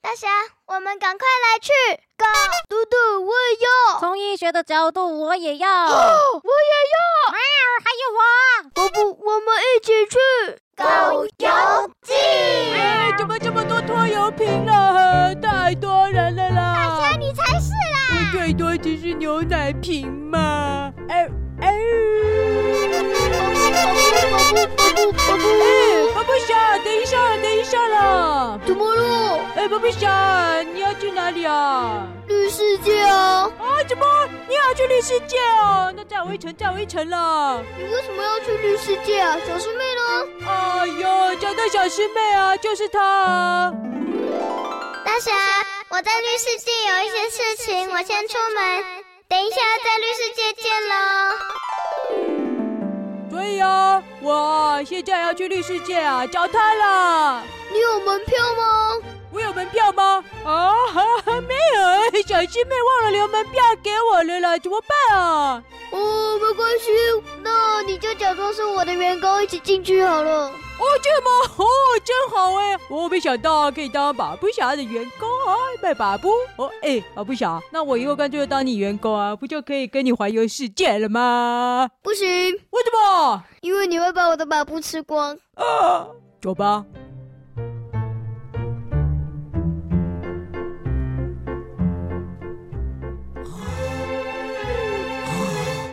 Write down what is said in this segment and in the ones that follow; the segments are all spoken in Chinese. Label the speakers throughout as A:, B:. A: 大侠，我们赶快来去狗嘟嘟，我也要，
B: 从医学的角度，我也要。
A: 哦，我也要，
B: 还有我，
A: 我不，我们一起去嗯
C: 狗游
A: 记。
C: 哎，怎么这么多拖油瓶啊？太多人了啦！
A: 大侠，你才是啦！
C: 最多只是牛奶瓶嘛。哎哎，哎，巴布侠，等一下，等一下啦！
A: 怎么了？
C: 哎，巴布侠，你要去哪里啊？
A: 绿世界啊！
C: 啊，怎么你要去绿世界哦？那载我一程，载我一程啦！
A: 你为什么要去绿世界啊？小师妹呢？
C: 哎呦，讲到小师妹啊，就是她啊。
A: 大侠，我在绿世界有一些事情，我先出门，等一下在绿世界见喽。
C: 所以啊，我啊现在要去绿世界啊，找他啦。
A: 你有门票吗？
C: 我有门票吗？啊， 哈哈，没有， 小师妹忘了留门票给我了啦，怎么办啊？
A: 哦，没关系，那你就假装是我的员工一起进去好了。
C: 哦，这么哦，真好哎！我没想到可以当把布侠的员工啊，卖把布哦，哎，把布侠，那我以后干脆就当你员工啊，不就可以跟你环游世界了吗？
A: 不行，
C: 为什么？
A: 因为你会把我的马布吃光。
C: 啊，走吧。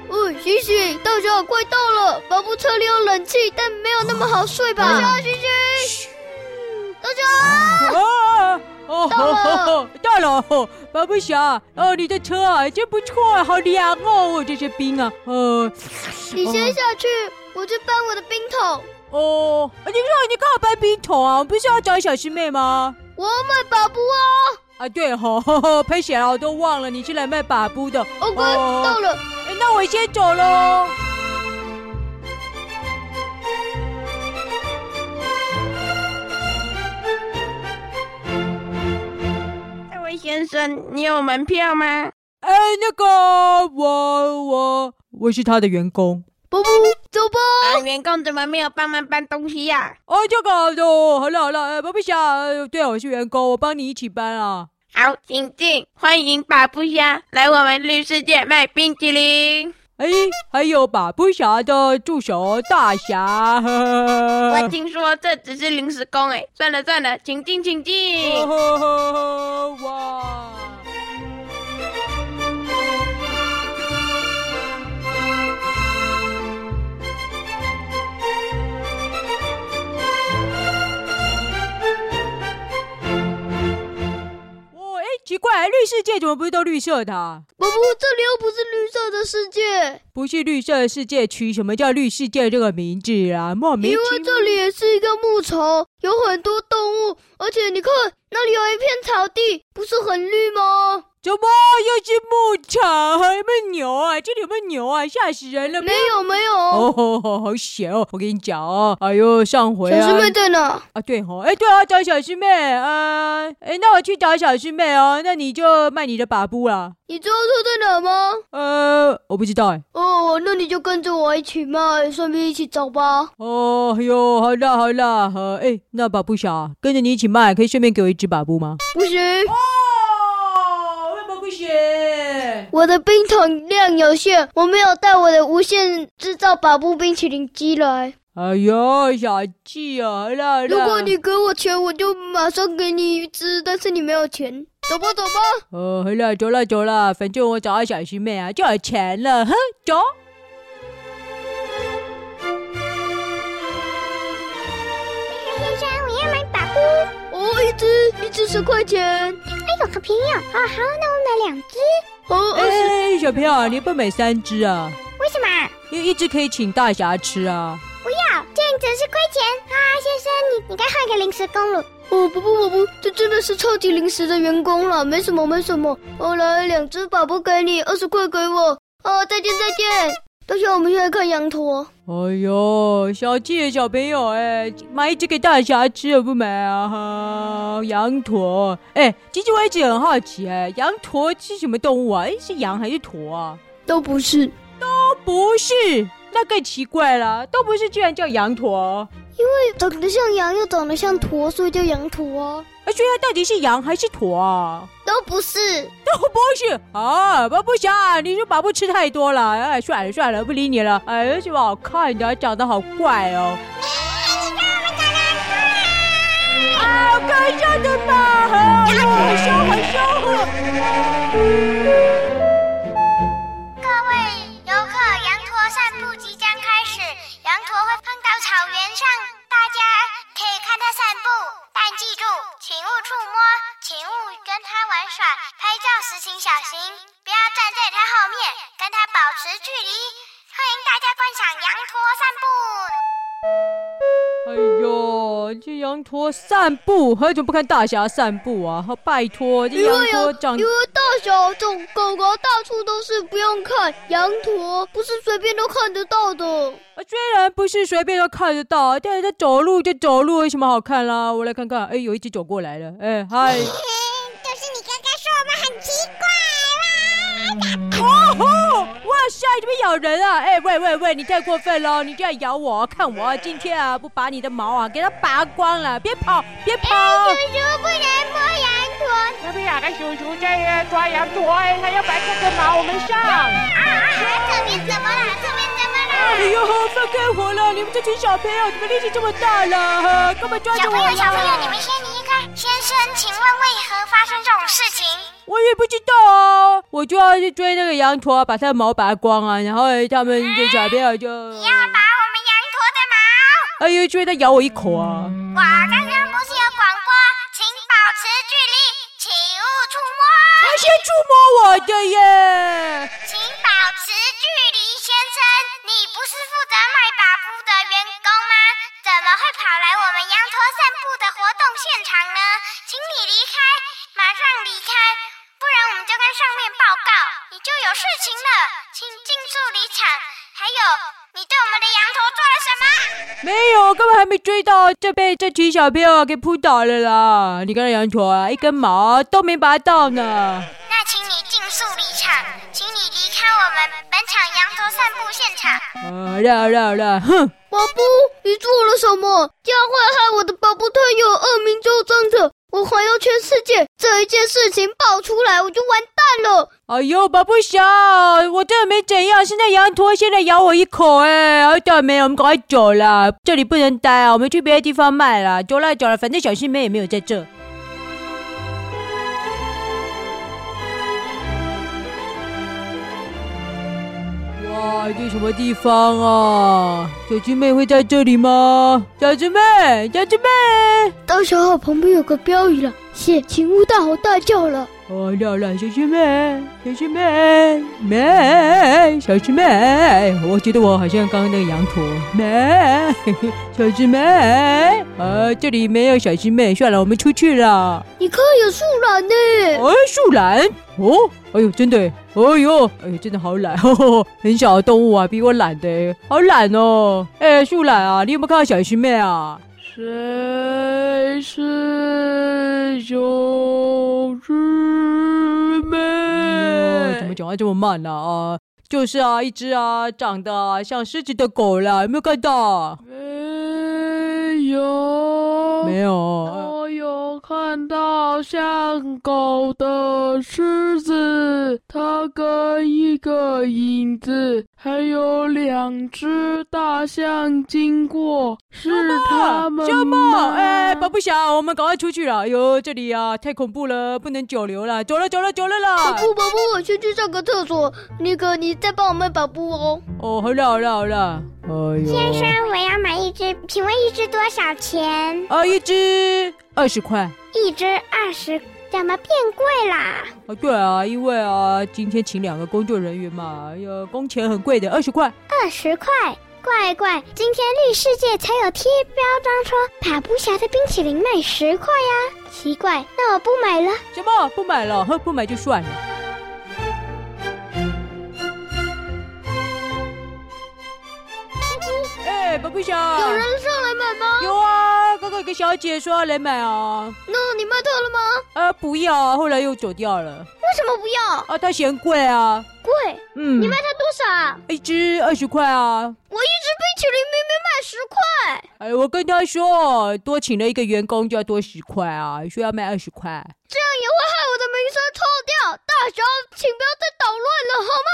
A: 哦，醒醒，大家快到了，马布车里有冷气，但没有那么好睡吧？大家醒醒，大家
C: 啊！哦吼吼，到了哦，巴布侠，哦，你的车啊，真不错啊，好凉哦，哦这些冰啊，呃，
A: 你先下去，我去搬我的冰桶。
C: 哦，你看你看我搬冰桶啊，我不是要找小师妹吗？
A: 我要卖宝布哦。
C: 啊，对吼、哦，吼赔钱了，我都忘了你是来卖把布的。
A: OK，到哦了。
C: 哎那我先走喽。
D: 这位先生，你有门票吗？
C: 哎，那个，我我我是他的员工。
A: 宝布，走吧。
D: 啊，员工怎么没有帮忙搬东西呀、
C: 哦，这个哦，好了好了，哎，巴布侠，哎对，我是员工，我帮你一起搬啊。
D: 好，请进，欢迎把布侠来我们绿世界卖冰淇淋。
C: 哎，还有把布侠的助手大侠，哦
D: 我听说这只是临时工，哎，算了算了，请进，请进。
C: 哇！哦，哎，奇怪，绿世界怎么不是都绿色的、啊？
A: 宝布，这里又不是绿色的世界，
C: 不是绿色世界区，什么叫绿世界这个名字啊？莫名
A: 因
C: 其
A: 为这里也是一个牧场，有很多动物，而且你看那里有一片草地，不是很绿吗？
C: 怎么又是牧场？还有没有牛啊？这里有没有牛啊？吓死人了！
A: 没有没有，
C: 哦，吼吼好险哦！我跟你讲哦，哎呦，上回
A: 小
C: 啊
A: 师妹在哪？
C: 啊，对哦，哎，对哦，找小师妹，呃，哎，那我去找小师妹哦，那你就卖你的把布啦。
A: 你知道她在哪吗？
C: 呃，我不知道哎。
A: 哦，那你就跟着我一起卖，顺便一起找吧。
C: 哦，哎呦，好啦好啦，呃，哎，那把布侠跟着你一起卖，可以顺便给我一只把布吗？
A: 不行，
C: 哦，为什么不行？
A: 我的冰桶量有限，我没有带我的无限制造把布冰淇淋机来。
C: 哎呦，小气哦，好啦好啦。
A: 如果你给我钱，我就马上给你一只，但是你没有钱。走吧，走吧。
C: 哦，好了，走了，走了，反正我找到小师妹啊，就有钱了，哼，走。
E: 先生，我要买把布，
A: 哦，一只，一只十块钱。
E: 哎呦，好便宜哦！哦，好，那我买两只，
A: 哦，二十。
C: 哎，小朋友，你不买三只啊？
E: 为什么？
C: 因为一只可以请大侠吃啊。
E: 不要，这样只是亏钱啊！先生，你你该换个临时工了。
A: 哦，不不不不，这真的是超级临时的员工了，没什么没什么。我来两只宝宝给你，二十块给我。哦，再见再见。大侠，我们现在看羊驼。
C: 哎呦，小气的小朋友，哎，买一只给大侠吃，不买啊？哈，羊驼，哎，其实我一直很好奇，哎，羊驼是什么动物啊？哎，是羊还是驼啊？
A: 都不是，
C: 哦，不是，那更奇怪了，都不是，居然叫羊驼。哦
A: 长得像羊又长得像驼，所以叫羊驼啊。
C: 哎，所以它到底是羊还是驼啊？
A: 都不是。
C: 都哦不是啊，巴布侠，你是巴布吃太多了，哎，算了算了，不理你了。哎，有什么好看的？长得好怪哦。啊，看上的吧，哎好凶，好凶！
E: 各位游客，羊驼散步即将开始，羊驼会碰到草原上，大家可以看它散步，但记住，请勿触摸，请勿跟它玩耍，拍照时请小心，不要站在它后面，跟它保持距离。欢迎大家观赏羊驼散步。
C: 哎呦，这羊驼散步，何么不看大侠散步啊？拜托，这
A: 因
C: 羊
A: 为有
C: 驼长
A: 因为大小种狗狗到处都是，不用看羊驼不是随便都看得到的。
C: 呃虽然不是随便都看得到，但是它走路就走路，有什么好看啦？我来看看，哎，有一只走过来了，哎，嗨，
E: 就是你刚刚说我们很奇
C: 哦
E: 怪
C: 吼，哇塞，这边咬人啊！哎，喂喂喂，你太过分了，你这样咬我，看
E: 哎
C: 我今天啊不把你的毛啊给它拔光了，别跑，别跑！
E: 叔叔不能摸羊驼，
F: 那边哪个叔叔在抓羊驼？哎，他要把这个毛我们上。
E: 这边怎么了？这边怎么了？
C: 哎呦，放开我了！你们这群小朋友，你们力气这么大了，干嘛抓
E: 小
C: 着我啊
E: 朋友，小朋友，你
C: 呀？
E: 们先离开。先生，请问为何发生这种事情？
C: 我也不知道啊，我就要去追那个羊驼，把它的毛拔光啊，然后他们这小朋友就，
E: 你要拔我们羊驼的毛？
C: 哎呦，追它咬我一口啊！
E: 我刚刚不是有广播，请保持距离，请勿触摸，
C: 它先触摸我的耶！
E: 请保持距离，先生。你不是负责卖把布的员工吗？怎么会跑来我们羊驼散步的活动现场呢？请你离开，马上离开，不然我们就跟上面报告，你就有事情了。请尽速离场。还有，你对我们的羊驼做了什么？
C: 没有，根本还没追到，就被这群小朋友给扑倒了啦！你看那羊驼啊，一根毛都没拔到呢。
E: 那请你尽速离场，请你离开我们本场羊驼散步现场。
C: 啊，绕绕绕，哼！
A: 宝布，你做了什么？这样会害我的宝布特有恶名昭彰的。我环游全世界，这一件事情爆出来，我就完蛋了。
C: 哎呦，宝布小，我真的没怎样。现在羊驼现在咬我一口、哎，好倒霉，我们赶快走啦，这里不能待啊，我们去别的地方卖啦。走啦走啦，反正小师妹也没有在这。哇，这什么地方啊？小师妹会在这里吗？小师妹，小师妹。
A: 大小号旁边有个标语了，写“请勿大吼大叫”了。
C: 哦，亮亮，小师妹，小师妹，妹，小师妹，我觉得我好像刚刚那个羊驼，妹，小师妹，呃，这里没有小师妹，算了，我们出去了。
A: 你看有树懒呢，
C: 哎，树懒，哦，哎呦，真的，哎呦，哎呦，真的好懒，呵呵呵很小的动物啊，比我懒的，好懒哦。哎，树懒啊，你有没有看到小师妹啊？
F: 谁是小师妹？
C: 哎呦，怎么讲话这么慢呢、啊？就是啊，一只啊，长得啊像狮子的狗啦，有没有看到啊？
F: 没有，
C: 没有。呃
F: 我有看到像狗的狮子，它跟一个影子，还有两只大象经过，是它们
C: 周末，
F: 吗？
C: 哎，宝布侠，我们赶快出去了。哎呦，这里啊太恐怖了，不能久留了，走了，走了，走了
A: 宝
C: 啦。
A: 布，宝布，我先去上个厕所。那个，你再帮我们宝布哦。
C: 哦，好了，好了，好了。哎呦，
E: 我要买一只，请问一只多少钱？
C: 啊，一只二十块。
E: 一只二十，怎么变贵啦？
C: 啊，对啊，因为啊，今天请两个工作人员嘛，哎呀，工钱很贵的，二十块。
E: 二十块。怪怪，今天绿世界才有贴标章说塔布侠的冰淇淋卖十块呀、奇怪，那我不买了。
C: 什么不买了？哼，不买就算了。哎，宝贝小，
A: 有人上来买吗？
C: 有啊，刚刚有个小姐说要来买啊，
A: 那你卖掉了吗？
C: 呃，不要啊，后来又走掉了。
A: 为什么不要？
C: 啊，她嫌贵啊，
A: 贵，
C: 嗯
A: 你，卖它多少啊？
C: 一只二十块啊，
A: 我一直被抢淇淋明明卖十块，
C: 哎，我跟他说，多请了一个员工就要多十块啊，说要卖二十块。
A: 这样也会害我的名声臭掉。大侠，请不要再捣乱了好吗？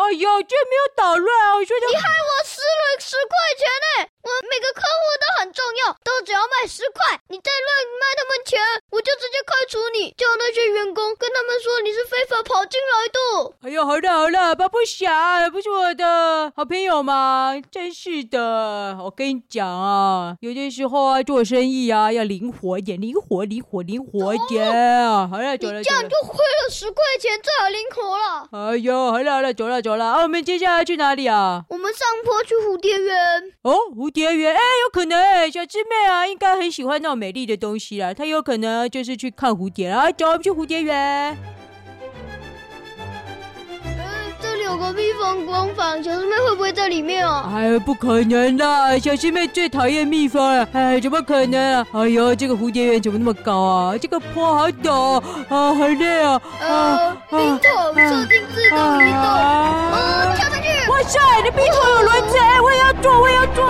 C: 哎呦，这没有捣乱啊！我说
A: 你
C: 的，
A: 害我失了十块钱呢、我每个客户都很重要，都只要卖十块。你再乱卖他们钱，我就直接开除你。叫那些员工跟他们说你是非法跑进来的。
C: 哎呦，好了好了，巴布侠不是我的好朋友吗？真是的，我跟你讲啊，有些时候啊，做生意啊要灵活一点，灵活灵活灵活一点啊。好了，走了
A: 你
C: 走
A: 这
C: 了
A: 样。就亏了十块钱，这还灵活了。
C: 哎呦，好了好了，走了走了。啊，我们接下来去哪里啊？
A: 我们上坡去蝴蝶园，
C: 哦，蝴蝶园，哎，有可能哎，小师妹啊，应该很喜欢那种美丽的东西啦。她有可能就是去看蝴蝶啦。啊走，我们去蝴蝶园。
A: 嗯，这里有个蜜蜂工坊，小师妹会不会在里面啊？
C: 哎呦，不可能啦！小师妹最讨厌蜜蜂了，哎，怎么可能啊？哎呦，这个蝴蝶园怎么那么高啊？这个坡好陡哦啊，好累啊！
A: 呃，冰桶设定自动移动，
C: 啊！
A: 呃，跳上去。
C: 哇塞，你冰桶有轮子，哎我也要坐，我也要坐！